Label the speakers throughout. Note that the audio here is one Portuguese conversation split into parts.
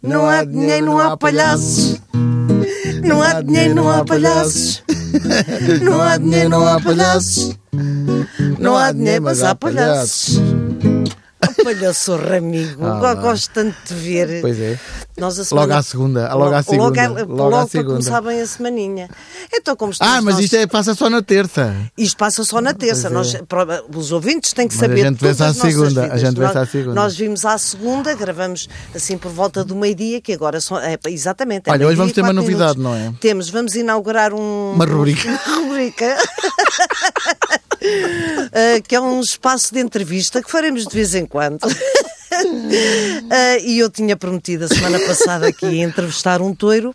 Speaker 1: Não há dinheiro, não há palhaços. Não há dinheiro, não há palhaços. Não há dinheiro, não há palhaços. Não há dinheiro, mas há palhaços.
Speaker 2: Oh, Palhaço Ramigo,
Speaker 1: Ah,
Speaker 2: go-
Speaker 1: vá.
Speaker 2: gosto tanto de ver.
Speaker 1: Pois é.
Speaker 2: Nós a
Speaker 1: Logo
Speaker 2: semana-
Speaker 1: à segunda. Logo à
Speaker 2: Logo,
Speaker 1: segunda.
Speaker 2: logo
Speaker 1: Logo à
Speaker 2: para começar
Speaker 1: segunda.
Speaker 2: bem a semaninha. Então, como estamos
Speaker 1: Ah, mas
Speaker 2: nós-
Speaker 1: isto é, passa só na terça.
Speaker 2: Isto passa só na terça.
Speaker 1: Pois
Speaker 2: Nós,
Speaker 1: é.
Speaker 2: para- os ouvintes têm que
Speaker 1: Mas a
Speaker 2: saber.
Speaker 1: gente
Speaker 2: todas
Speaker 1: vê-se à
Speaker 2: as nossas
Speaker 1: segunda, a
Speaker 2: vidas.
Speaker 1: gente vê-se
Speaker 2: Nós-
Speaker 1: à segunda.
Speaker 2: Nós vimos à segunda, gravamos assim por volta do meio-dia, que agora são. É, exatamente. é
Speaker 1: Olha,
Speaker 2: meio-dia
Speaker 1: hoje vamos
Speaker 2: e
Speaker 1: ter uma
Speaker 2: quatro
Speaker 1: novidade,
Speaker 2: minutos.
Speaker 1: não é?
Speaker 2: Temos, vamos inaugurar um,
Speaker 1: Uma rubrica.
Speaker 2: uma rubrica. eh, que é um espaço de entrevista que faremos de vez em quando. Eh, e eu tinha prometido a semana passada aqui entrevistar um toiro,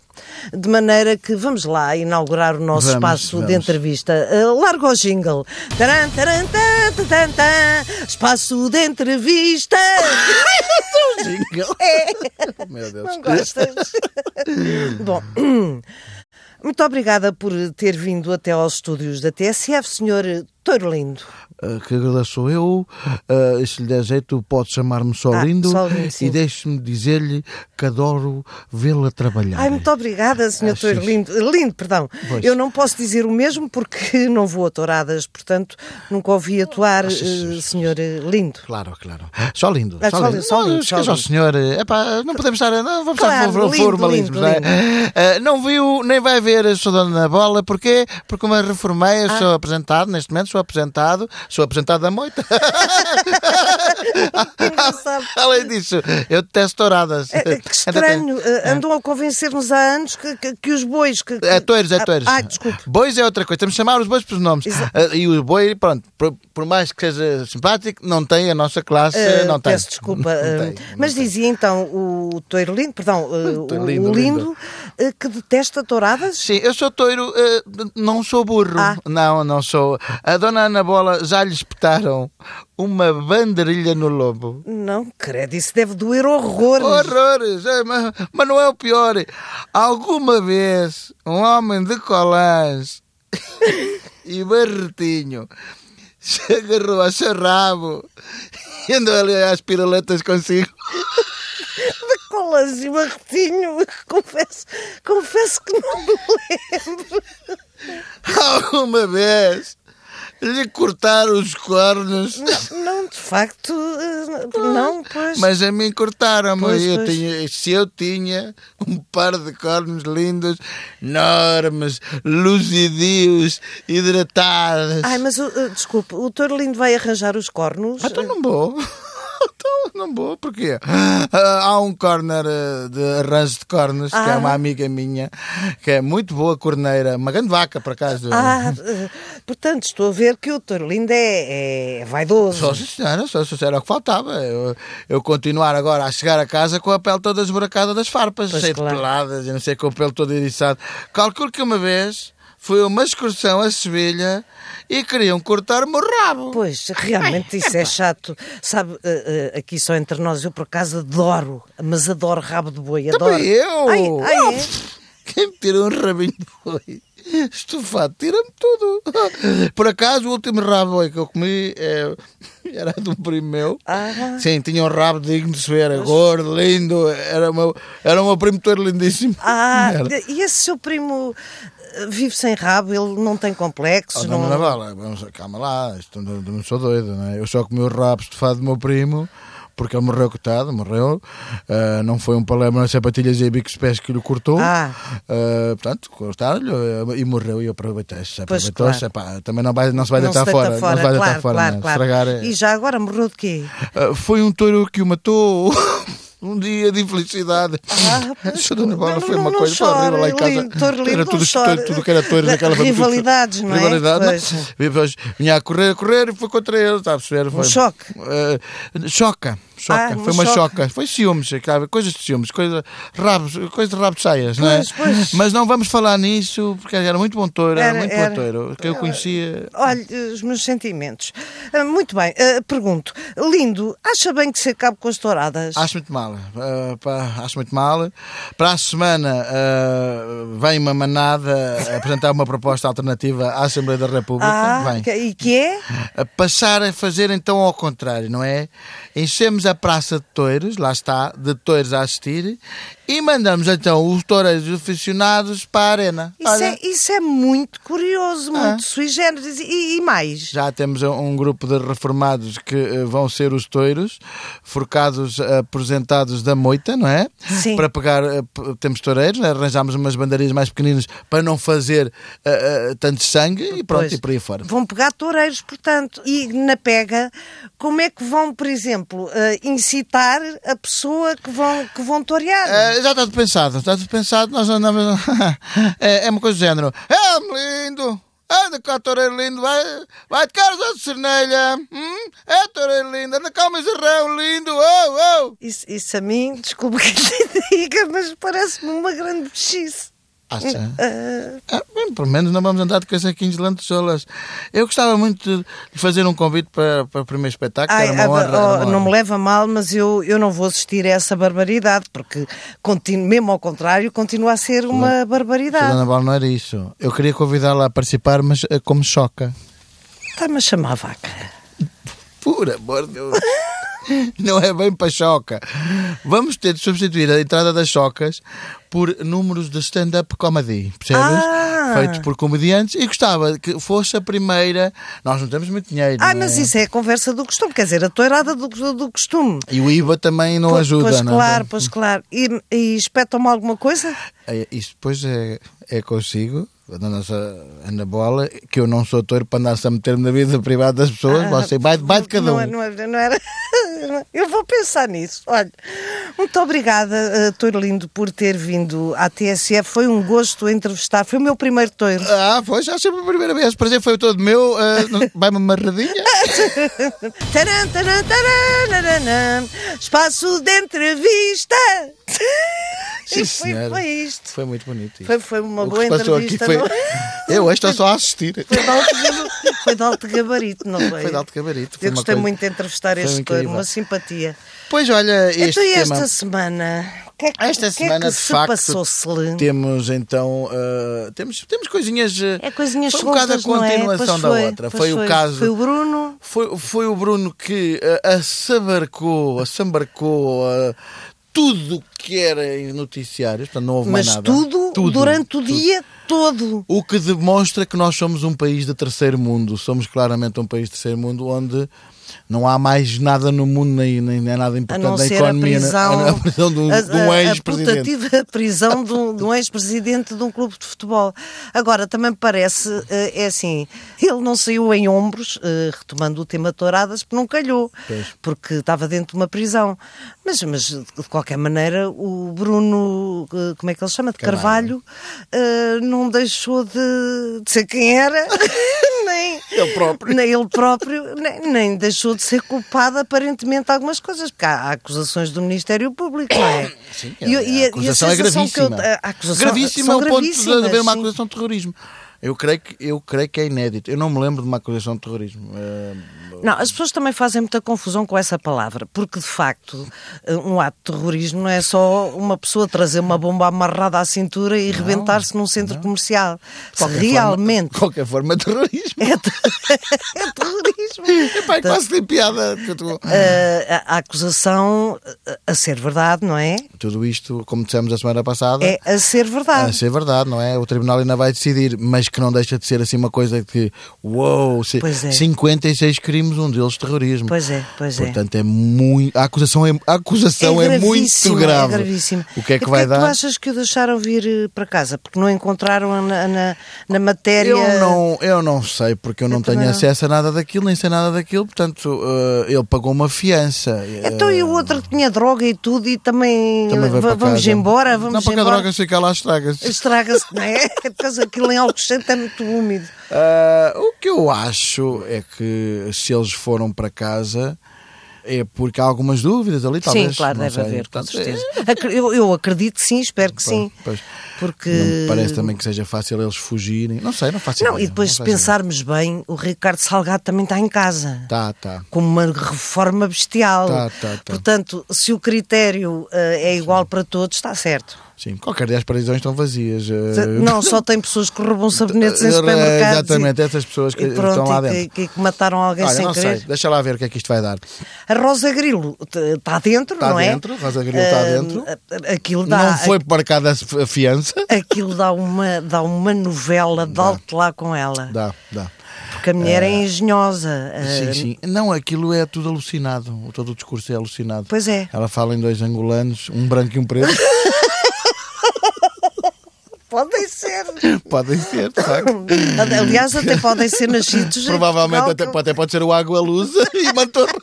Speaker 2: de maneira que vamos lá inaugurar o nosso
Speaker 1: Vamos,
Speaker 2: espaço de
Speaker 1: vamos.
Speaker 2: entrevista. Eh, larga o jingle. Taran, taran, tan, tan, tan, tan. Espaço de entrevista.
Speaker 1: Meu
Speaker 2: É.
Speaker 1: Deus.
Speaker 2: Não gostas? Bom. Muito obrigada por ter vindo até aos estúdios da TSF, senhor Toiro Lindo.
Speaker 1: Ah, que agradeço sou eu. Ah, se lhe der jeito, pode chamar-me só
Speaker 2: Ah,
Speaker 1: lindo.
Speaker 2: só lindo, sim.
Speaker 1: e deixe-me dizer-lhe que adoro vê-la trabalhar.
Speaker 2: Ai, muito obrigada, Sr.
Speaker 1: Achas?
Speaker 2: Touro Lindo. Lindo, perdão.
Speaker 1: Pois.
Speaker 2: Eu não posso dizer o mesmo porque não vou a touradas, portanto, nunca ouvi atuar, eh, Sr. Lindo.
Speaker 1: Claro, claro. Só lindo.
Speaker 2: Ah, só lindo, só
Speaker 1: Não,
Speaker 2: lindo,
Speaker 1: esqueça
Speaker 2: só
Speaker 1: ao
Speaker 2: lindo.
Speaker 1: senhor. Epá, não podemos estar. Não, vamos
Speaker 2: Claro,
Speaker 1: estar com
Speaker 2: lindo,
Speaker 1: formalismos,
Speaker 2: lindo,
Speaker 1: não é?
Speaker 2: lindo.
Speaker 1: Ah, não viu, nem vai ver a sua dona na bola. Porquê? Porque como eu reformei, eu
Speaker 2: Ah.
Speaker 1: sou apresentado, neste momento sou apresentado, sou apresentado da moita.
Speaker 2: Engraçado.
Speaker 1: Além disso, eu detesto touradas.
Speaker 2: Eh, eh, Que estranho, eh, andam a convencer-nos há anos que, que- que os bois. Que, que-
Speaker 1: É toiros, é
Speaker 2: Ah,
Speaker 1: toiros.
Speaker 2: Ah, desculpe.
Speaker 1: Bois é outra coisa. Temos que chamar os bois pelos nomes. Ah, e o boi, pronto, por, por mais que seja simpático, não tem a nossa classe.
Speaker 2: Eh,
Speaker 1: não tem.
Speaker 2: peço desculpa.
Speaker 1: Não
Speaker 2: eh,
Speaker 1: tem, não
Speaker 2: mas dizia então o Toiro Lindo, perdão, eh, o,
Speaker 1: Toiro
Speaker 2: o
Speaker 1: Lindo,
Speaker 2: Lindo,
Speaker 1: Lindo.
Speaker 2: eh, que detesta touradas?
Speaker 1: Sim, eu sou toiro, eh, não sou burro.
Speaker 2: Ah.
Speaker 1: Não, não sou. A dona Ana Bola já lhe espetaram uma banderilha no lobo.
Speaker 2: Não, credo, isso deve doer horror.
Speaker 1: Horrores! É, mas, mas não é o pior. Alguma vez um homem de colãs e barretinho se agarrou ao seu rabo e andou ali às piruletas consigo.
Speaker 2: de colas e barretinho, confesso, confesso que não me lembro.
Speaker 1: Alguma vez lhe cortaram os cornos.
Speaker 2: Não, não, de facto, eh, não, pois.
Speaker 1: Ah, Mas a mim cortaram-me.
Speaker 2: Pois,
Speaker 1: Eu
Speaker 2: pois.
Speaker 1: tinha- se eu tinha um par de cornos lindos, enormes, luzidios, hidratados.
Speaker 2: Ai, mas o- eh, desculpe, o Touro Lindo vai arranjar os cornos?
Speaker 1: Ah, então não vou. Então não vou, porquê? Ah, há um corner ah, de arranjo de cornos, que é
Speaker 2: Ah.
Speaker 1: uma amiga minha, que é muito boa corneira, uma grande vaca, por acaso.
Speaker 2: Ah, eh, portanto, estou a ver que o Touro Lindo é, é vaidoso.
Speaker 1: Só se senhora, só se era o que faltava. Eu, eu continuar agora a chegar a casa com a pele toda esburacada das farpas,
Speaker 2: Pois,
Speaker 1: cheia de
Speaker 2: claro.
Speaker 1: peladas e não sei, com o pelo todo eriçado. Calculo que uma vez foi uma excursão a Sevilha e queriam cortar-me o rabo.
Speaker 2: Pois, realmente isso é chato. Sabe, eh, eh, aqui só entre nós, eu por acaso adoro, mas adoro rabo de boi, adoro.
Speaker 1: Também eu! Oh, Ah,
Speaker 2: Ai, ai, é?
Speaker 1: Quem me tira um rabinho de boi? Estufado, tira-me tudo. Por acaso, o último rabo de boi que eu comi é, era de um primo meu.
Speaker 2: Ah.
Speaker 1: Sim, tinha um rabo digno de se ver, gordo, lindo. Era o meu, era o meu primo todo lindíssimo.
Speaker 2: Ah,
Speaker 1: Era.
Speaker 2: e esse seu primo eh, vive sem rabo, ele não tem
Speaker 1: Oh,
Speaker 2: complexos,
Speaker 1: não me
Speaker 2: não...
Speaker 1: na bala. é, Vamos, calma lá, isto não, não sou doido, não é? Eu só comi o rabo estufado do meu primo, porque ele morreu cotado, morreu. Ah, não foi um palema nas sapatilhas e bicos de pés que lhe cortou.
Speaker 2: Ah.
Speaker 1: Ah, portanto, cortaram-lhe ah, e morreu e aproveitei-se.
Speaker 2: Pois,
Speaker 1: Aproveitou-se. Epá, Também não, vai, não se vai deitar
Speaker 2: deita
Speaker 1: fora. Não se vai deitar
Speaker 2: claro,
Speaker 1: fora.
Speaker 2: claro,
Speaker 1: não.
Speaker 2: claro.
Speaker 1: Estragar é-
Speaker 2: E já agora morreu de quê?
Speaker 1: ah, foi um touro que o matou. Um dia de infelicidade.
Speaker 2: Ah, pois,
Speaker 1: Essa dona Bárbara
Speaker 2: não,
Speaker 1: foi
Speaker 2: não,
Speaker 1: uma
Speaker 2: não
Speaker 1: coisa
Speaker 2: chore,
Speaker 1: horrível lá em casa.
Speaker 2: lindo, touro lindo,
Speaker 1: era
Speaker 2: não
Speaker 1: tudo,
Speaker 2: chore.
Speaker 1: tudo, tudo que era touro naquela
Speaker 2: Rivalidades, não é?
Speaker 1: Rivalidade,
Speaker 2: Pois. Um
Speaker 1: não. E depois vinha a correr, a correr e foi contra ele, está a perceber? Foi,
Speaker 2: choque.
Speaker 1: Eh, choca, choca.
Speaker 2: Ah, um
Speaker 1: foi uma
Speaker 2: choque.
Speaker 1: choca. Foi ciúmes, sabe? coisas de ciúmes, coisa, rabos, coisa de rabos de saias, não é?
Speaker 2: Pois, pois.
Speaker 1: Mas não vamos falar nisso, porque era muito bom touro, era,
Speaker 2: Era,
Speaker 1: muito
Speaker 2: era.
Speaker 1: bom touro. Que eu conhecia.
Speaker 2: Olha, eh, os meus sentimentos. Ah, Muito bem, eh, pergunto. Lindo, acha bem que se acabe com as touradas?
Speaker 1: Acho muito mal. eh, pá, acho muito mal. Para a semana eh, vem uma manada apresentar uma proposta alternativa à Assembleia da República.
Speaker 2: Ah,
Speaker 1: vem.
Speaker 2: que- e que é?
Speaker 1: A passar a fazer então ao contrário, não é? Enchemos a Praça de Toiros, lá está, de Toiros a assistir, e mandamos então os toureiros aficionados para a arena.
Speaker 2: Isso,
Speaker 1: Olha, Ah.
Speaker 2: é, isso é muito curioso, muito sui generis. E, e mais?
Speaker 1: Já temos um- um grupo de reformados que eh, vão ser os touros, forcados eh, aposentados da moita, não é?
Speaker 2: Sim.
Speaker 1: Para pegar, eh, p- temos toureiros, né? arranjámos umas bandeirinhas mais pequeninas para não fazer eh, eh, tanto sangue e pronto,
Speaker 2: Pois.
Speaker 1: e por aí fora.
Speaker 2: Vão pegar toureiros, portanto, e na pega, como é que vão, por exemplo, eh, incitar a pessoa que vão, que vão torear?
Speaker 1: Eh, já está tudo pensado, está tudo pensado, nós andamos. é, é uma coisa do género. É lindo! Anda cá, toureiro lindo, vai, vai de caras à cernelha! Hum? É toureiro lindo, anda cá, miserrão lindo! Oh, oh!
Speaker 2: Isso, isso a mim, desculpa que te diga, mas parece-me uma grande bexice.
Speaker 1: Acha?
Speaker 2: Ah,
Speaker 1: Ah, bem, pelo menos não vamos andar de casaquinhos de lantejoulas. Eu gostava muito de fazer um convite para, para o primeiro espetáculo.
Speaker 2: ai,
Speaker 1: era uma
Speaker 2: ah,
Speaker 1: honra, era uma
Speaker 2: oh, não me
Speaker 1: honra.
Speaker 2: leva a mal, mas eu, eu não vou assistir a essa barbaridade, porque continuo, mesmo ao contrário, continua a ser uma barbaridade.
Speaker 1: Dona Val, não era isso. Eu queria convidá-la a participar, mas eh, como choca.
Speaker 2: Está-me a chamar a vaca.
Speaker 1: Por amor de Deus. Não é bem para choca. Vamos ter de substituir a entrada das chocas por números de stand-up comedy, percebes?
Speaker 2: Ah.
Speaker 1: Feitos por comediantes. E gostava que fosse a primeira. Nós não temos muito dinheiro.
Speaker 2: Ah,
Speaker 1: não
Speaker 2: mas
Speaker 1: é?
Speaker 2: isso é a conversa do costume, quer dizer, a toirada do, do costume.
Speaker 1: E o IVA também não
Speaker 2: Po-
Speaker 1: ajuda,
Speaker 2: pois
Speaker 1: não é?
Speaker 2: claro, pois claro. E, e espetam-me alguma coisa?
Speaker 1: É, Isto depois é, é consigo, na nossa Ana Bola, que eu não sou touro para andar-se a meter-me na vida privada das pessoas, você vai, vai de cada
Speaker 2: Ah, não,
Speaker 1: um.
Speaker 2: é- Não, é- não era. Eu vou pensar nisso. Olha, muito obrigada, uh, Toiro Lindo, por ter vindo à TSF. Foi um gosto entrevistar. Foi o meu primeiro toiro.
Speaker 1: Ah, foi, já sempre a primeira vez. O prazer foi todo meu. ah, não- Vai-me uma radinha.
Speaker 2: Taran, taran, taran, naranã. Espaço de entrevista.
Speaker 1: Sim,
Speaker 2: E foi,
Speaker 1: senhora.
Speaker 2: foi isto.
Speaker 1: Foi muito bonito. isto.
Speaker 2: Foi, foi uma
Speaker 1: O que
Speaker 2: boa
Speaker 1: se passou aqui
Speaker 2: entrevista.
Speaker 1: foi-
Speaker 2: não- é?
Speaker 1: Eu hoje estou só a assistir.
Speaker 2: Foi de alto gabarito, foi de alto gabarito, não foi?
Speaker 1: Foi de alto gabarito, foi
Speaker 2: Eu
Speaker 1: uma
Speaker 2: gostei
Speaker 1: coisa-
Speaker 2: muito de entrevistar
Speaker 1: foi
Speaker 2: este toiro,
Speaker 1: incrível.
Speaker 2: uma simpatia.
Speaker 1: Pois olha, este
Speaker 2: então, e esta
Speaker 1: tema.
Speaker 2: semana? O que é que,
Speaker 1: Esta
Speaker 2: o que é
Speaker 1: semana,
Speaker 2: que
Speaker 1: de
Speaker 2: se
Speaker 1: facto,
Speaker 2: passou-se-lhe?
Speaker 1: temos então. ah, temos, temos coisinhas. ah,
Speaker 2: É coisinhas
Speaker 1: foi um bocado a
Speaker 2: soltas, não é?
Speaker 1: continuação
Speaker 2: Pois
Speaker 1: da
Speaker 2: foi,
Speaker 1: outra.
Speaker 2: pois
Speaker 1: Foi, o caso.
Speaker 2: Foi o Bruno.
Speaker 1: Foi, foi o Bruno que uh, assabarcou, assambarcou uh, tudo o que era em noticiários, portanto não houve
Speaker 2: Mas
Speaker 1: mais nada.
Speaker 2: tudo, durante o
Speaker 1: tudo.
Speaker 2: dia todo.
Speaker 1: O que demonstra que nós somos um país de terceiro mundo. Somos claramente um país de terceiro mundo onde não há mais nada no mundo, nem, nem, nem nada
Speaker 2: A
Speaker 1: importante
Speaker 2: não
Speaker 1: na
Speaker 2: ser a
Speaker 1: economia,
Speaker 2: prisão,
Speaker 1: a, a prisão de um,
Speaker 2: a-
Speaker 1: de um
Speaker 2: a- A
Speaker 1: ex-presidente.
Speaker 2: putativa prisão de um, de um ex-presidente de um clube de futebol. Agora, também me parece, eh, é assim, ele não saiu em ombros, eh, retomando o tema de touradas, porque não calhou, porque estava dentro de uma prisão. Mas, mas, de qualquer maneira, o Bruno, eh, como é que ele se chama? De Carvalho,
Speaker 1: Carvalho.
Speaker 2: eh, não deixou de, de ser quem era, nem
Speaker 1: Ele próprio.
Speaker 2: nem ele próprio nem, nem deixou de ser culpado aparentemente de algumas coisas, porque há, há acusações do Ministério Público, não é?
Speaker 1: Sim,
Speaker 2: E eu- e
Speaker 1: a acusação é
Speaker 2: sensação que eu-
Speaker 1: gravíssima.
Speaker 2: a acusação,
Speaker 1: gravíssima
Speaker 2: são
Speaker 1: ao ponto de
Speaker 2: gravíssimas,
Speaker 1: haver uma
Speaker 2: sim.
Speaker 1: acusação de terrorismo. Eu creio, que, eu creio que é inédito. Eu não me lembro de uma acusação de terrorismo. Eh,
Speaker 2: Não, as pessoas também fazem muita confusão com essa palavra, porque de facto eh, um ato de terrorismo não é só uma pessoa trazer uma bomba amarrada à cintura e rebentar-se num centro comercial. Se
Speaker 1: qualquer
Speaker 2: realmente
Speaker 1: Forma, qualquer forma, terrorismo.
Speaker 2: é, ter- é Então- terrorismo.
Speaker 1: Pai, quase tem piada. que eu tô-
Speaker 2: Eh, a, a acusação eh, a ser verdade, não é?
Speaker 1: Tudo isto, como dissemos a semana passada,
Speaker 2: É a ser
Speaker 1: a
Speaker 2: verdade.
Speaker 1: ser verdade, não é? O tribunal ainda vai decidir, mas que não deixa de ser assim uma coisa que, uou, se-
Speaker 2: Pois é.
Speaker 1: 56 crimes, um deles terrorismo.
Speaker 2: Pois é, pois é.
Speaker 1: Portanto, é muito. A acusação é, a acusação é, muito
Speaker 2: gravíssimo,
Speaker 1: grave.
Speaker 2: É gravíssimo.
Speaker 1: O que é
Speaker 2: E
Speaker 1: que
Speaker 2: porquê
Speaker 1: vai
Speaker 2: Tu
Speaker 1: dar?
Speaker 2: achas que o deixaram vir eh, para casa? Porque não encontraram na, na, na matéria.
Speaker 1: Eu não, eu não sei, porque eu não
Speaker 2: também
Speaker 1: tenho
Speaker 2: não.
Speaker 1: acesso a nada daquilo, nem sei nada daquilo, portanto, eh, ele pagou uma fiança.
Speaker 2: Então e o outro que tinha droga e tudo e também,
Speaker 1: Eh,
Speaker 2: eh,
Speaker 1: Também vai
Speaker 2: va-
Speaker 1: para
Speaker 2: vamos
Speaker 1: casa.
Speaker 2: embora, vamos
Speaker 1: não, porque
Speaker 2: embora.
Speaker 1: a droga fica lá estragas.
Speaker 2: Estraga-se, não é? Depois aquilo em Alcochete é muito úmido.
Speaker 1: Ah, o que eu acho é que se eles foram para casa é porque há algumas dúvidas ali, talvez.
Speaker 2: sim, claro,
Speaker 1: não
Speaker 2: deve
Speaker 1: sei.
Speaker 2: haver, com
Speaker 1: Portanto, é,
Speaker 2: certeza. Acre- Eu, eu acredito que sim, espero que sim.
Speaker 1: pois.
Speaker 2: Porque.
Speaker 1: Não me parece também que seja fácil eles fugirem. Não sei, não faço
Speaker 2: Não,
Speaker 1: ideia,
Speaker 2: e depois, se
Speaker 1: faço ideia.
Speaker 2: pensarmos bem, o Ricardo Salgado também está em casa.
Speaker 1: Tá, tá.
Speaker 2: com uma reforma bestial.
Speaker 1: Tá, tá, tá.
Speaker 2: Portanto, se o critério eh, é igual para todos, está certo.
Speaker 1: Sim, qualquer dia as prisões estão vazias. eh,
Speaker 2: Não, só tem pessoas que roubam sabonetes em
Speaker 1: eh,
Speaker 2: supermercados.
Speaker 1: Exatamente, essas pessoas
Speaker 2: e,
Speaker 1: que
Speaker 2: e pronto,
Speaker 1: estão lá
Speaker 2: e que-
Speaker 1: dentro.
Speaker 2: que, que mataram alguém
Speaker 1: Olha,
Speaker 2: sem
Speaker 1: não
Speaker 2: querer.
Speaker 1: sei, deixa lá ver o que é que isto vai dar.
Speaker 2: A Rosa Grilo está dentro,
Speaker 1: Tá
Speaker 2: não é?
Speaker 1: dentro, Rosa Grilo tá
Speaker 2: Ah,
Speaker 1: dentro.
Speaker 2: a- a- Aquilo dá,
Speaker 1: não foi marcada a fi- a fiança?
Speaker 2: a- aquilo dá uma, dá uma novela de alto lá com ela.
Speaker 1: Dá, dá.
Speaker 2: Porque a mulher é engenhosa. ah,
Speaker 1: Sim, sim. Não, aquilo é tudo alucinado. O- Todo o discurso é alucinado.
Speaker 2: Pois é.
Speaker 1: Ela fala em dois angolanos, um branco e um preto.
Speaker 2: Podem ser.
Speaker 1: Podem ser, de facto.
Speaker 2: Aliás, até podem ser nascidos. em
Speaker 1: Provavelmente
Speaker 2: Portugal,
Speaker 1: até,
Speaker 2: que-
Speaker 1: até pode ser o Água Lusa e Mantorras.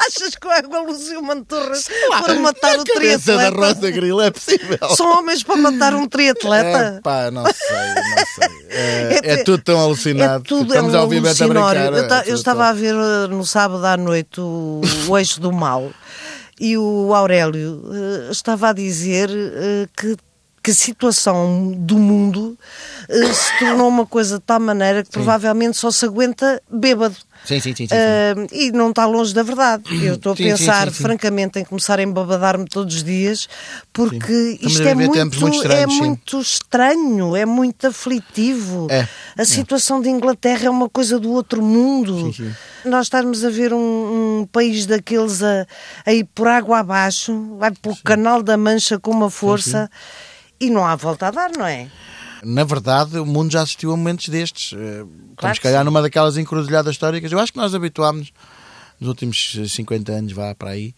Speaker 2: Achas que o Água Luz e o Mantorras foram matar o
Speaker 1: Cabeça da
Speaker 2: triatleta?
Speaker 1: Rosa Grilo, é possível.
Speaker 2: São homens para matar um triatleta?
Speaker 1: É, pá, não sei, não sei. É,
Speaker 2: É-
Speaker 1: é tudo tão alucinado.
Speaker 2: É tudo,
Speaker 1: Estamos
Speaker 2: é um
Speaker 1: obviamente a
Speaker 2: alucinório.
Speaker 1: brincar.
Speaker 2: Eu, ta-
Speaker 1: é
Speaker 2: eu
Speaker 1: tudo
Speaker 2: estava a ver eh, no sábado à noite o, o Eixo do Mal e o Aurélio eh, estava a dizer eh, que, que a situação do mundo eh, se tornou uma coisa de tal maneira que provavelmente só se aguenta bêbado.
Speaker 1: Sim, sim, sim, sim, sim.
Speaker 2: Eh, e não está longe da verdade. Eu estou a
Speaker 1: Sim, sim,
Speaker 2: pensar,
Speaker 1: sim, sim.
Speaker 2: francamente, em começar a embabadar-me todos os dias, porque
Speaker 1: Estamos
Speaker 2: isto
Speaker 1: a
Speaker 2: é
Speaker 1: viver
Speaker 2: muito,
Speaker 1: tempos muito
Speaker 2: é
Speaker 1: estranhos, sim.
Speaker 2: muito estranho, é muito aflitivo.
Speaker 1: É.
Speaker 2: A situação de Inglaterra é uma coisa do outro mundo.
Speaker 1: Sim,
Speaker 2: Nós estarmos a ver um, um país daqueles a, a ir por água abaixo, vai pelo canal da Mancha com uma força e não há volta a dar, não é?
Speaker 1: Na verdade, o mundo já assistiu a momentos destes. Eh,
Speaker 2: Claro
Speaker 1: Estamos,
Speaker 2: que
Speaker 1: se calhar, numa daquelas encruzilhadas históricas. Eu acho que nós habituámos, nos últimos eh, 50 anos, vá para aí,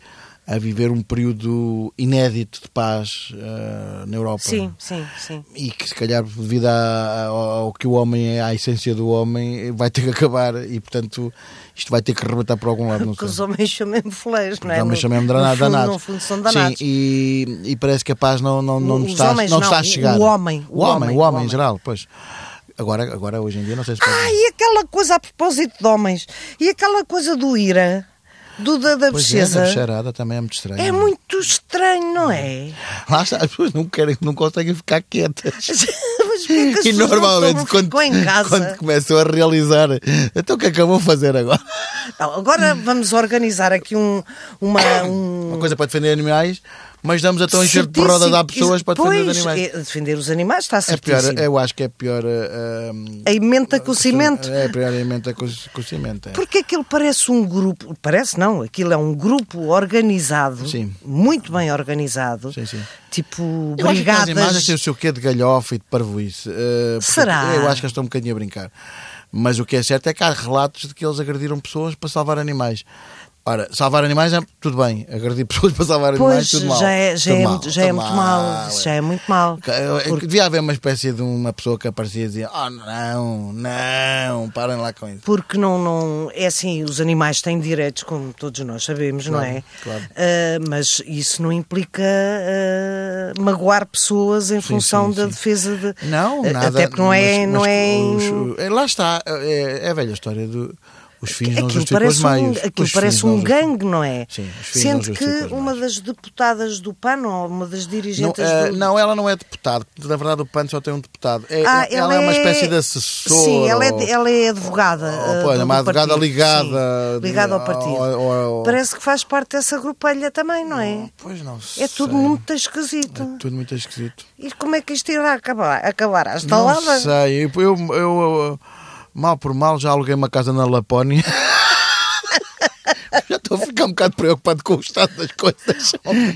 Speaker 1: a viver um período inédito de paz eh, na Europa.
Speaker 2: Sim, sim, sim.
Speaker 1: E que, se calhar, devido à- ao, ao que o homem é, à essência do homem, eh, vai ter que acabar. E, portanto, isto vai ter que arrebentar por algum lado. Não
Speaker 2: Porque
Speaker 1: sei.
Speaker 2: os homens são mesmo foleiros, não é?
Speaker 1: Os homens
Speaker 2: No-
Speaker 1: são mesmo
Speaker 2: no
Speaker 1: danados.
Speaker 2: fundo-
Speaker 1: danados.
Speaker 2: No fundo são danados.
Speaker 1: Sim, e, e parece que a paz não, não, não, nos
Speaker 2: Os
Speaker 1: está,
Speaker 2: homens
Speaker 1: não, nos
Speaker 2: não,
Speaker 1: está a chegar.
Speaker 2: o homem,
Speaker 1: O, homem, o homem,
Speaker 2: homem.
Speaker 1: em geral, pois. Agora, agora, hoje em dia, não sei se pode-
Speaker 2: Ah, e aquela coisa a propósito de homens, e aquela coisa do IRA, do da, da
Speaker 1: Pois é,
Speaker 2: bochecha,
Speaker 1: a bicharada também é muito estranho.
Speaker 2: é muito estranho, não é?
Speaker 1: Lá está, as pessoas não, querem, não conseguem ficar quietas.
Speaker 2: Mas porquê que as
Speaker 1: E
Speaker 2: pessoas não
Speaker 1: normalmente,
Speaker 2: tomam-
Speaker 1: quando,
Speaker 2: ficam em casa.
Speaker 1: quando começam a realizar, então o que é que eu vou fazer agora?
Speaker 2: Não, agora vamos organizar aqui um, uma, um...
Speaker 1: Uma coisa para defender animais, mas damos então encher de roda a pessoas para defender os
Speaker 2: Pois,
Speaker 1: animais.
Speaker 2: é, defender os animais está
Speaker 1: É pior,
Speaker 2: certíssimo.
Speaker 1: eu acho que é pior. eh, eh,
Speaker 2: A emenda com o cimento.
Speaker 1: É, primeiramente é com, com cimento. é.
Speaker 2: Porque aquilo parece um grupo, parece não, aquilo é um grupo organizado,
Speaker 1: Sim.
Speaker 2: muito bem organizado,
Speaker 1: Sim, sim.
Speaker 2: tipo
Speaker 1: Eu acho que aquelas
Speaker 2: brigadas
Speaker 1: imagens têm o seu quê de galhofa e de parvoíce. Eh, portanto,
Speaker 2: Será?
Speaker 1: Eu acho que eles estão um bocadinho a brincar. Mas o que é certo é que há relatos de que eles agrediram pessoas para salvar animais. Ora, salvar animais é tudo bem, agredir pessoas para salvar
Speaker 2: Pois,
Speaker 1: animais tudo mal.
Speaker 2: já é, já
Speaker 1: Tudo
Speaker 2: é,
Speaker 1: mal,
Speaker 2: já é
Speaker 1: tudo
Speaker 2: muito mal.
Speaker 1: mal,
Speaker 2: isso
Speaker 1: é.
Speaker 2: Já é muito mal.
Speaker 1: É que Devia haver uma espécie de uma pessoa que aparecia e dizia: Oh, não, não, parem lá com isso.
Speaker 2: Porque não, não. É assim, os animais têm direitos, como todos nós sabemos, não
Speaker 1: Claro,
Speaker 2: é?
Speaker 1: claro.
Speaker 2: Ah, mas isso não implica ah, magoar pessoas em função
Speaker 1: sim,
Speaker 2: da
Speaker 1: sim.
Speaker 2: defesa de.
Speaker 1: Não,
Speaker 2: Ah,
Speaker 1: nada.
Speaker 2: Até porque não é.
Speaker 1: mas-
Speaker 2: não
Speaker 1: mas
Speaker 2: é em-
Speaker 1: os- eh, lá está, é, é a velha história do. Os fins não
Speaker 2: Aquilo
Speaker 1: justificam os
Speaker 2: parece, um,
Speaker 1: meios.
Speaker 2: aquilo
Speaker 1: Os fins
Speaker 2: parece
Speaker 1: não
Speaker 2: um
Speaker 1: justificam.
Speaker 2: gangue, não é?
Speaker 1: Sim, os fins não
Speaker 2: Sendo que
Speaker 1: justificam os
Speaker 2: uma das deputadas do PAN, ou uma das
Speaker 1: Não,
Speaker 2: dirigentes
Speaker 1: eh,
Speaker 2: do...
Speaker 1: não, ela não é deputada. porque, Na verdade, o PAN só tem um deputado. É-
Speaker 2: Ah,
Speaker 1: é- ela é uma espécie de assessora.
Speaker 2: Sim, ela
Speaker 1: ou-
Speaker 2: é, ela é advogada.
Speaker 1: ou,
Speaker 2: eh,
Speaker 1: pois,
Speaker 2: do-
Speaker 1: é uma
Speaker 2: do
Speaker 1: advogada
Speaker 2: partido,
Speaker 1: ligada
Speaker 2: sim, ligada ao
Speaker 1: ao-
Speaker 2: partido.
Speaker 1: ao- ao-
Speaker 2: Parece que faz parte dessa grupelha também, não é?
Speaker 1: Pois não
Speaker 2: É tudo
Speaker 1: sei.
Speaker 2: muito esquisito.
Speaker 1: É tudo muito esquisito.
Speaker 2: E como é que isto irá acabar? Acabar à
Speaker 1: Não
Speaker 2: estalada?
Speaker 1: sei. Eu, eu- eu- eu- eh, mal por mal, já aluguei uma casa na Lapónia. já estou a ficar um bocado preocupado com o estado das coisas.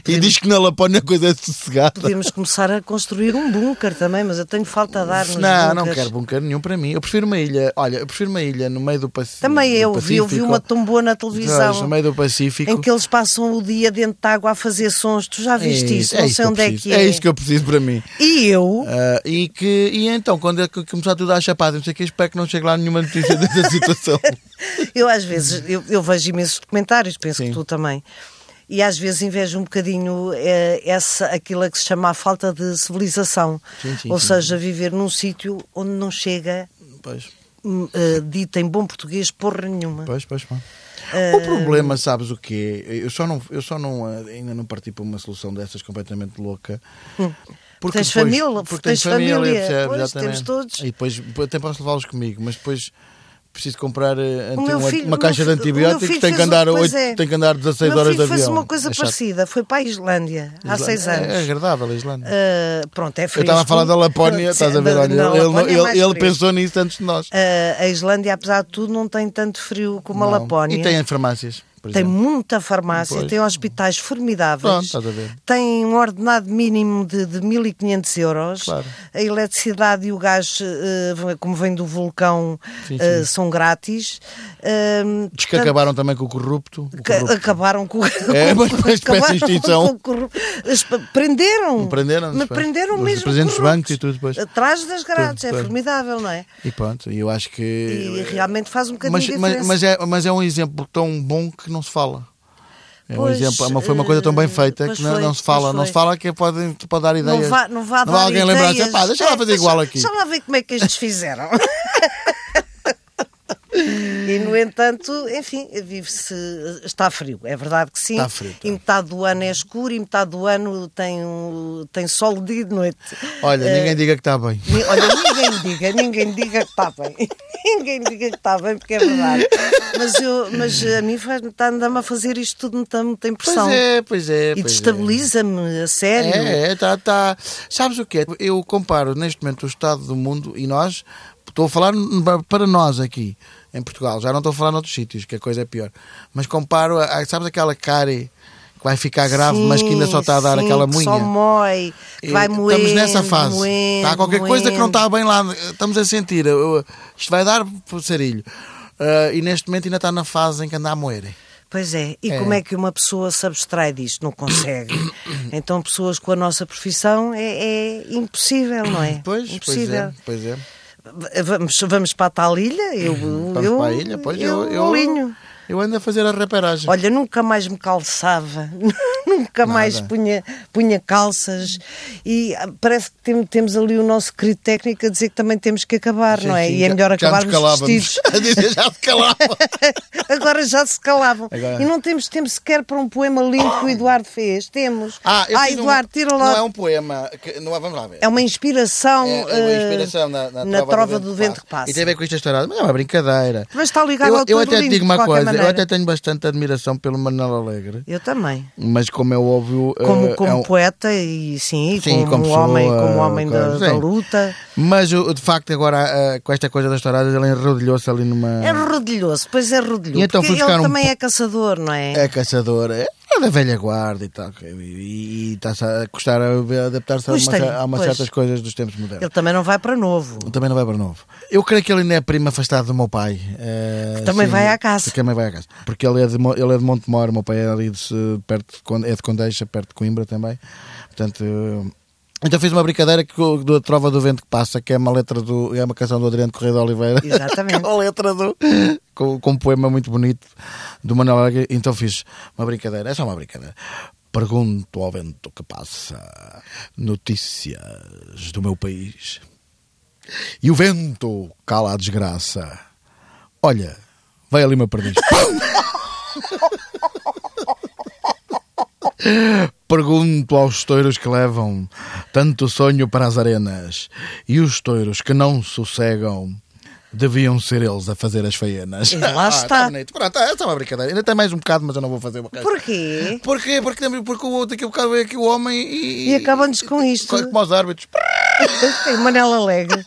Speaker 1: e diz que na Lapónia a coisa é sossegada.
Speaker 2: Podemos começar a construir um bunker também, mas eu tenho falta a dar nos
Speaker 1: Não, não
Speaker 2: bunkers.
Speaker 1: quero bunker nenhum para mim. Eu prefiro uma ilha. Olha, eu prefiro uma ilha no meio do Paci- do Pacífico.
Speaker 2: Também eu vi, eu vi uma tomboa na televisão.
Speaker 1: Pois, no meio do Pacífico.
Speaker 2: Em que eles passam o dia dentro de água a fazer sons. Tu já viste isso? Não
Speaker 1: isso
Speaker 2: sei
Speaker 1: eu
Speaker 2: onde é
Speaker 1: preciso.
Speaker 2: que é.
Speaker 1: É isso que eu preciso para mim.
Speaker 2: E eu,
Speaker 1: Ah, e, que, e então, quando é que começar tudo a chapar, não sei o que, espero que não chegue lá nenhuma notícia dessa situação.
Speaker 2: eu às vezes, eu, eu vejo imensos documentários, penso
Speaker 1: Sim.
Speaker 2: que tu também. E às vezes invejo um bocadinho eh, essa, aquilo a que se chama a falta de civilização.
Speaker 1: Sim, sim,
Speaker 2: Ou
Speaker 1: sim.
Speaker 2: seja, viver num sítio onde não chega,
Speaker 1: pois,
Speaker 2: hum, eh, dito em bom português, porra nenhuma.
Speaker 1: pois, pois. pá.
Speaker 2: Ah.
Speaker 1: O problema, sabes o que é? Eu só, não, eu só não, ah, ainda não parti para uma solução dessas completamente louca. Porque
Speaker 2: Hum. Tens família,
Speaker 1: porque
Speaker 2: tens
Speaker 1: tenho família,
Speaker 2: família.
Speaker 1: percebes?
Speaker 2: Pois,
Speaker 1: Exatamente.
Speaker 2: temos todos.
Speaker 1: E depois, até posso levá-los comigo, mas depois preciso comprar eh,
Speaker 2: O
Speaker 1: anti-
Speaker 2: meu
Speaker 1: uma,
Speaker 2: filho-
Speaker 1: uma
Speaker 2: o
Speaker 1: caixa de
Speaker 2: meu fi- o meu
Speaker 1: antibióticos,
Speaker 2: filho
Speaker 1: tem que,
Speaker 2: fez um-
Speaker 1: andar
Speaker 2: pois
Speaker 1: oito
Speaker 2: é.
Speaker 1: tem que andar 16
Speaker 2: Meu
Speaker 1: horas de
Speaker 2: filho
Speaker 1: avião.
Speaker 2: fez uma coisa
Speaker 1: É chato.
Speaker 2: parecida, foi para a Islândia há
Speaker 1: Islândia.
Speaker 2: seis
Speaker 1: É-
Speaker 2: anos.
Speaker 1: É, agradável a Islândia.
Speaker 2: Uh, pronto, é fresco.
Speaker 1: Eu estava a falar da Lapónia, estás a ver? Olha,
Speaker 2: Não,
Speaker 1: ele, ele-
Speaker 2: Lapónia é
Speaker 1: ele-
Speaker 2: mais
Speaker 1: ele
Speaker 2: fresco.
Speaker 1: pensou nisso antes de nós.
Speaker 2: Uh, a Islândia, apesar de tudo, não tem tanto frio como a
Speaker 1: Não.
Speaker 2: Lapónia.
Speaker 1: E tem farmácias, por
Speaker 2: Tem
Speaker 1: exemplo.
Speaker 2: muita farmácia,
Speaker 1: Pois.
Speaker 2: tem hospitais
Speaker 1: Pronto, tá.
Speaker 2: formidáveis,
Speaker 1: estás a ver.
Speaker 2: tem um ordenado mínimo de, de 1.500 euros,
Speaker 1: Claro.
Speaker 2: a eletricidade e o gás, eh, como vem do vulcão,
Speaker 1: Sim,
Speaker 2: eh,
Speaker 1: sim.
Speaker 2: são grátis. Eh,
Speaker 1: Diz que
Speaker 2: portanto,
Speaker 1: acabaram também com o corrupto. O
Speaker 2: ca-
Speaker 1: corrupto.
Speaker 2: acabaram com
Speaker 1: É, mas uma espécie de
Speaker 2: acabaram
Speaker 1: instituição.
Speaker 2: com o corru- es- Prenderam.
Speaker 1: Prenderam-nos,
Speaker 2: Me
Speaker 1: pois.
Speaker 2: prenderam
Speaker 1: Os
Speaker 2: mesmo.
Speaker 1: presidentes dos
Speaker 2: corruptos. Eh,
Speaker 1: bancos e tudo, pois.
Speaker 2: Atrás das grades,
Speaker 1: Tudo,
Speaker 2: é
Speaker 1: pois.
Speaker 2: formidável, não é?
Speaker 1: E pronto, eu acho que.
Speaker 2: E realmente faz um bocadinho
Speaker 1: eh, mas,
Speaker 2: de
Speaker 1: mas,
Speaker 2: diferença.
Speaker 1: mas é, mas é um exemplo tão bom que não se fala. É um
Speaker 2: Pois,
Speaker 1: exemplo, é uma- foi uma coisa tão bem feita
Speaker 2: pois
Speaker 1: que não,
Speaker 2: foi,
Speaker 1: não se fala.
Speaker 2: pois
Speaker 1: Não se
Speaker 2: foi.
Speaker 1: fala que pode, pode dar ideias.
Speaker 2: Não vá, não vá
Speaker 1: Não
Speaker 2: dar
Speaker 1: alguém
Speaker 2: ideias.
Speaker 1: lembrar-se, pá, deixa lá
Speaker 2: É,
Speaker 1: fazer igual aqui.
Speaker 2: Deixa lá ver como é que estes fizeram. e, no entanto, enfim, vive-se... Está frio, é verdade que sim.
Speaker 1: Está frio, tá. está.
Speaker 2: E metade do ano é escuro e metade do ano tem, um- tem sol de noite.
Speaker 1: Olha,
Speaker 2: Eh,
Speaker 1: ninguém diga que está bem.
Speaker 2: Ni- Olha, ninguém diga, ninguém diga que está bem. Ninguém diga que está bem, porque é verdade. Mas, eu, mas a mim faz-me está- anda-me a fazer isto tudo, me dá muita
Speaker 1: Pois
Speaker 2: impressão.
Speaker 1: é, pois é.
Speaker 2: e
Speaker 1: pois é.
Speaker 2: destabiliza-me, a sério.
Speaker 1: É, é, tá, tá. Sabes o que é? Eu comparo neste momento o estado do mundo e nós, estou a falar n- para nós aqui, em Portugal, já não estou a falar noutros sítios, que a coisa é pior, mas comparo, a, a- sabes aquela cárie que vai ficar grave, mas que ainda só está a dar
Speaker 2: Sim,
Speaker 1: aquela
Speaker 2: sim, que Só
Speaker 1: munha?
Speaker 2: mói, que vai
Speaker 1: E
Speaker 2: moer.
Speaker 1: Estamos nessa fase. Está qualquer coisa que não está bem lá. Estamos a sentir. uh, Isto vai dar pulsarilho. Uh, e neste momento ainda está na fase em que anda a moerem.
Speaker 2: Pois é, e
Speaker 1: É.
Speaker 2: como é que uma pessoa se abstrai disto? Não consegue. Então, pessoas com a nossa profissão é, é impossível, não é?
Speaker 1: Pois, pois
Speaker 2: impossível.
Speaker 1: é, pois é.
Speaker 2: V- Vamos, vamos para a tal ilha? Eu,
Speaker 1: Vamos
Speaker 2: eu,
Speaker 1: Tá para a ilha, pois eu,
Speaker 2: eu,
Speaker 1: eu,
Speaker 2: alinho.
Speaker 1: eu ando a fazer a reparagem.
Speaker 2: Olha, nunca mais me calçava, nunca mais
Speaker 1: Nada.
Speaker 2: punha, punha calças e ah, parece que tem- temos ali o nosso querido técnico a dizer que também temos que acabar, não é?
Speaker 1: Sim, sim,
Speaker 2: e é
Speaker 1: já-
Speaker 2: melhor
Speaker 1: já nos
Speaker 2: acabarmos
Speaker 1: calávamos.
Speaker 2: vestidos.
Speaker 1: A dizer, já se calava.
Speaker 2: Agora já se calavam.
Speaker 1: Agora-
Speaker 2: E não temos tempo sequer para um poema lindo que o Eduardo fez. Temos.
Speaker 1: Ah, eu fiz um-
Speaker 2: Eduardo, tira lá.
Speaker 1: Não é um poema. que- não é, vamos lá ver.
Speaker 2: É uma inspiração,
Speaker 1: É, é uma inspiração
Speaker 2: eh,
Speaker 1: na, na,
Speaker 2: trova do vento que
Speaker 1: passa.
Speaker 2: passa.
Speaker 1: E tem a ver com esta história, mas é uma brincadeira.
Speaker 2: Mas está ligado
Speaker 1: eu,
Speaker 2: ao
Speaker 1: eu
Speaker 2: Touro
Speaker 1: até te
Speaker 2: Lindo,
Speaker 1: digo uma
Speaker 2: de qualquer
Speaker 1: coisa, eu
Speaker 2: maneira.
Speaker 1: até tenho bastante admiração pelo Manuel Alegre,
Speaker 2: Eu também.
Speaker 1: mas como é óbvio. eh,
Speaker 2: Como, como
Speaker 1: é um-
Speaker 2: poeta e sim,
Speaker 1: Sim,
Speaker 2: como,
Speaker 1: como
Speaker 2: um homem,
Speaker 1: pessoa,
Speaker 2: como um homem da,
Speaker 1: claro,
Speaker 2: da
Speaker 1: sim.
Speaker 2: luta.
Speaker 1: Mas o- de facto, agora eh, com esta coisa das touradas, ele enrodilhou-se ali numa.
Speaker 2: É rodilhoso, pois é rodilhoso.
Speaker 1: E então
Speaker 2: porque
Speaker 1: fui buscar
Speaker 2: ele
Speaker 1: um
Speaker 2: também
Speaker 1: po-
Speaker 2: é caçador, não é?
Speaker 1: É caçador, é é da velha guarda e tal. E está-se a custar a adaptar-se a,
Speaker 2: Custa-lhe,
Speaker 1: uma- a umas
Speaker 2: pois.
Speaker 1: certas coisas dos tempos modernos.
Speaker 2: Ele também não vai para novo.
Speaker 1: Também não vai para novo. Eu creio que ele ainda é primo afastado do meu pai. eh,
Speaker 2: Que também vai à casa.
Speaker 1: que também vai à casa. Porque ele é de, Mo- ele é de Montemor, o meu pai é ali de, se- perto de, Con- é de Condeixa, perto de Coimbra também. Portanto. eh, Então fiz uma brincadeira que, o- da Trova do Vento que Passa, que é uma letra do. é uma canção do Adriano Correia de Oliveira.
Speaker 2: Exatamente.
Speaker 1: com a letra do. Com, com um poema muito bonito do Manuel Alegre. Então fiz uma brincadeira, é só uma brincadeira. Pergunto ao vento que passa notícias do meu país. E o vento cala a desgraça. Olha, vai ali uma perdiz. Pum! Pergunto aos toiros que levam tanto sonho para as arenas e os toiros que não sossegam. Deviam ser eles a fazer as faenas.
Speaker 2: E lá está.
Speaker 1: tá bonito. Pronto, essa é uma brincadeira. Ainda tem mais um bocado, mas eu não vou fazer uma coisa.
Speaker 2: Porquê?
Speaker 1: Porquê? Porque, porque o outro daqui a bocado vem aqui o homem e.
Speaker 2: E acabam-nos com isto.
Speaker 1: Como aos árbitros.
Speaker 2: Tem Manela Alegre.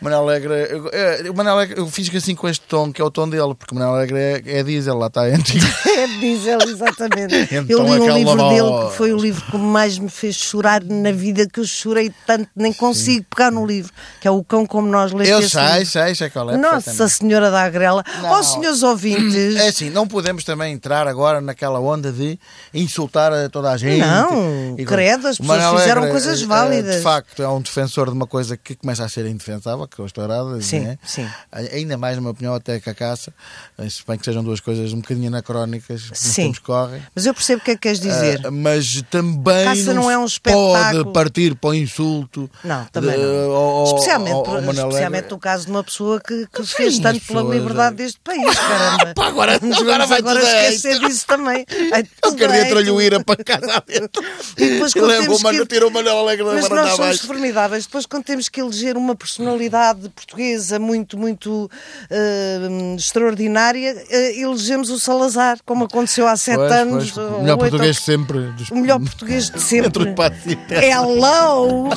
Speaker 1: Manuel Alegre, eu, eu, Manuel Alegre, eu fiz assim com este tom, que é o tom dele, porque Manuel Alegre é, é diesel, lá está antigo.
Speaker 2: É, diz ele exatamente.
Speaker 1: Então
Speaker 2: eu li um
Speaker 1: aquela
Speaker 2: livro
Speaker 1: voz.
Speaker 2: dele que foi o livro que mais me fez chorar na vida, que eu chorei tanto, nem consigo pegar no livro, que é O Cão Como Nós Leste.
Speaker 1: Eu
Speaker 2: esse
Speaker 1: sei,
Speaker 2: livro.
Speaker 1: sei, sei qual é.
Speaker 2: Nossa Senhora da Agrela.
Speaker 1: Não.
Speaker 2: Ó, senhores ouvintes.
Speaker 1: É assim, não podemos também entrar agora naquela onda de insultar a toda a gente.
Speaker 2: Não,
Speaker 1: E-
Speaker 2: credo, as
Speaker 1: o Manuel
Speaker 2: pessoas fizeram
Speaker 1: Alegre,
Speaker 2: coisas
Speaker 1: eh, eh,
Speaker 2: válidas.
Speaker 1: De facto, é um defensor de uma coisa que começa a ser indefensável, que é os touradas,
Speaker 2: Sim,
Speaker 1: né?
Speaker 2: sim.
Speaker 1: Ainda mais, na minha opinião, até que a caça, eh, se bem que sejam duas coisas um bocadinho anacrónicas, que
Speaker 2: Sim.
Speaker 1: nos correm.
Speaker 2: Mas eu percebo o que é que queres dizer.
Speaker 1: Ah, mas também
Speaker 2: Caça não
Speaker 1: se
Speaker 2: é um espetáculo.
Speaker 1: pode partir para o insulto.
Speaker 2: Não, também
Speaker 1: de- ah, oh,
Speaker 2: não.
Speaker 1: ao- ao-
Speaker 2: especialmente
Speaker 1: ao- ao
Speaker 2: por-
Speaker 1: Manuel
Speaker 2: especialmente
Speaker 1: Alegre.
Speaker 2: no caso de uma pessoa que, que
Speaker 1: Sim,
Speaker 2: fez
Speaker 1: as
Speaker 2: tanto pela
Speaker 1: pessoas,
Speaker 2: liberdade
Speaker 1: é.
Speaker 2: deste país, caramba.
Speaker 1: Pá, agora-
Speaker 2: Nos
Speaker 1: agora
Speaker 2: vamos
Speaker 1: vai
Speaker 2: agora
Speaker 1: tudo É a
Speaker 2: esquecer disso também. Ai,
Speaker 1: Eu
Speaker 2: tudo
Speaker 1: queria
Speaker 2: bem,
Speaker 1: trabalhar
Speaker 2: tudo.
Speaker 1: para é casa dentro.
Speaker 2: E depois
Speaker 1: E
Speaker 2: quando
Speaker 1: levou
Speaker 2: temos
Speaker 1: o Manu-
Speaker 2: que ir-
Speaker 1: tirou o Manuel Alegre da
Speaker 2: Mas
Speaker 1: varanda
Speaker 2: nós somos
Speaker 1: abaixo.
Speaker 2: formidáveis. Depois, quando temos que eleger uma personalidade portuguesa muito, muito eh, extraordinária, eh, elegemos o Salazar, como aconteceu há sete
Speaker 1: Pois,
Speaker 2: anos.
Speaker 1: pois, o
Speaker 2: ou
Speaker 1: melhor
Speaker 2: oito,
Speaker 1: português sempre. dos-
Speaker 2: o melhor É, português de
Speaker 1: Entre os
Speaker 2: sempre.
Speaker 1: patos e terra.
Speaker 2: Hello!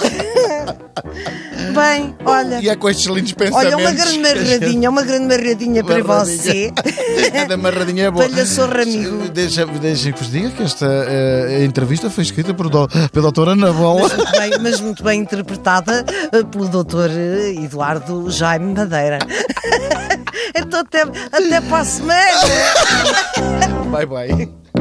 Speaker 2: Bem, olha.
Speaker 1: E é com estes lindos pensamentos.
Speaker 2: Olha, uma grande marradinha, uma grande marradinha para você.
Speaker 1: Cada marradinha é boa.
Speaker 2: Palhaçorro amigo.
Speaker 1: Deixa, deixa que vos diga que esta eh, entrevista foi escrita por, do- pela doutora Ana Bola.
Speaker 2: Muito bem, mas muito bem interpretada eh, pelo doutor eh, Eduardo Jaime Madeira. Então até, até para a semana!
Speaker 1: Bye, bye.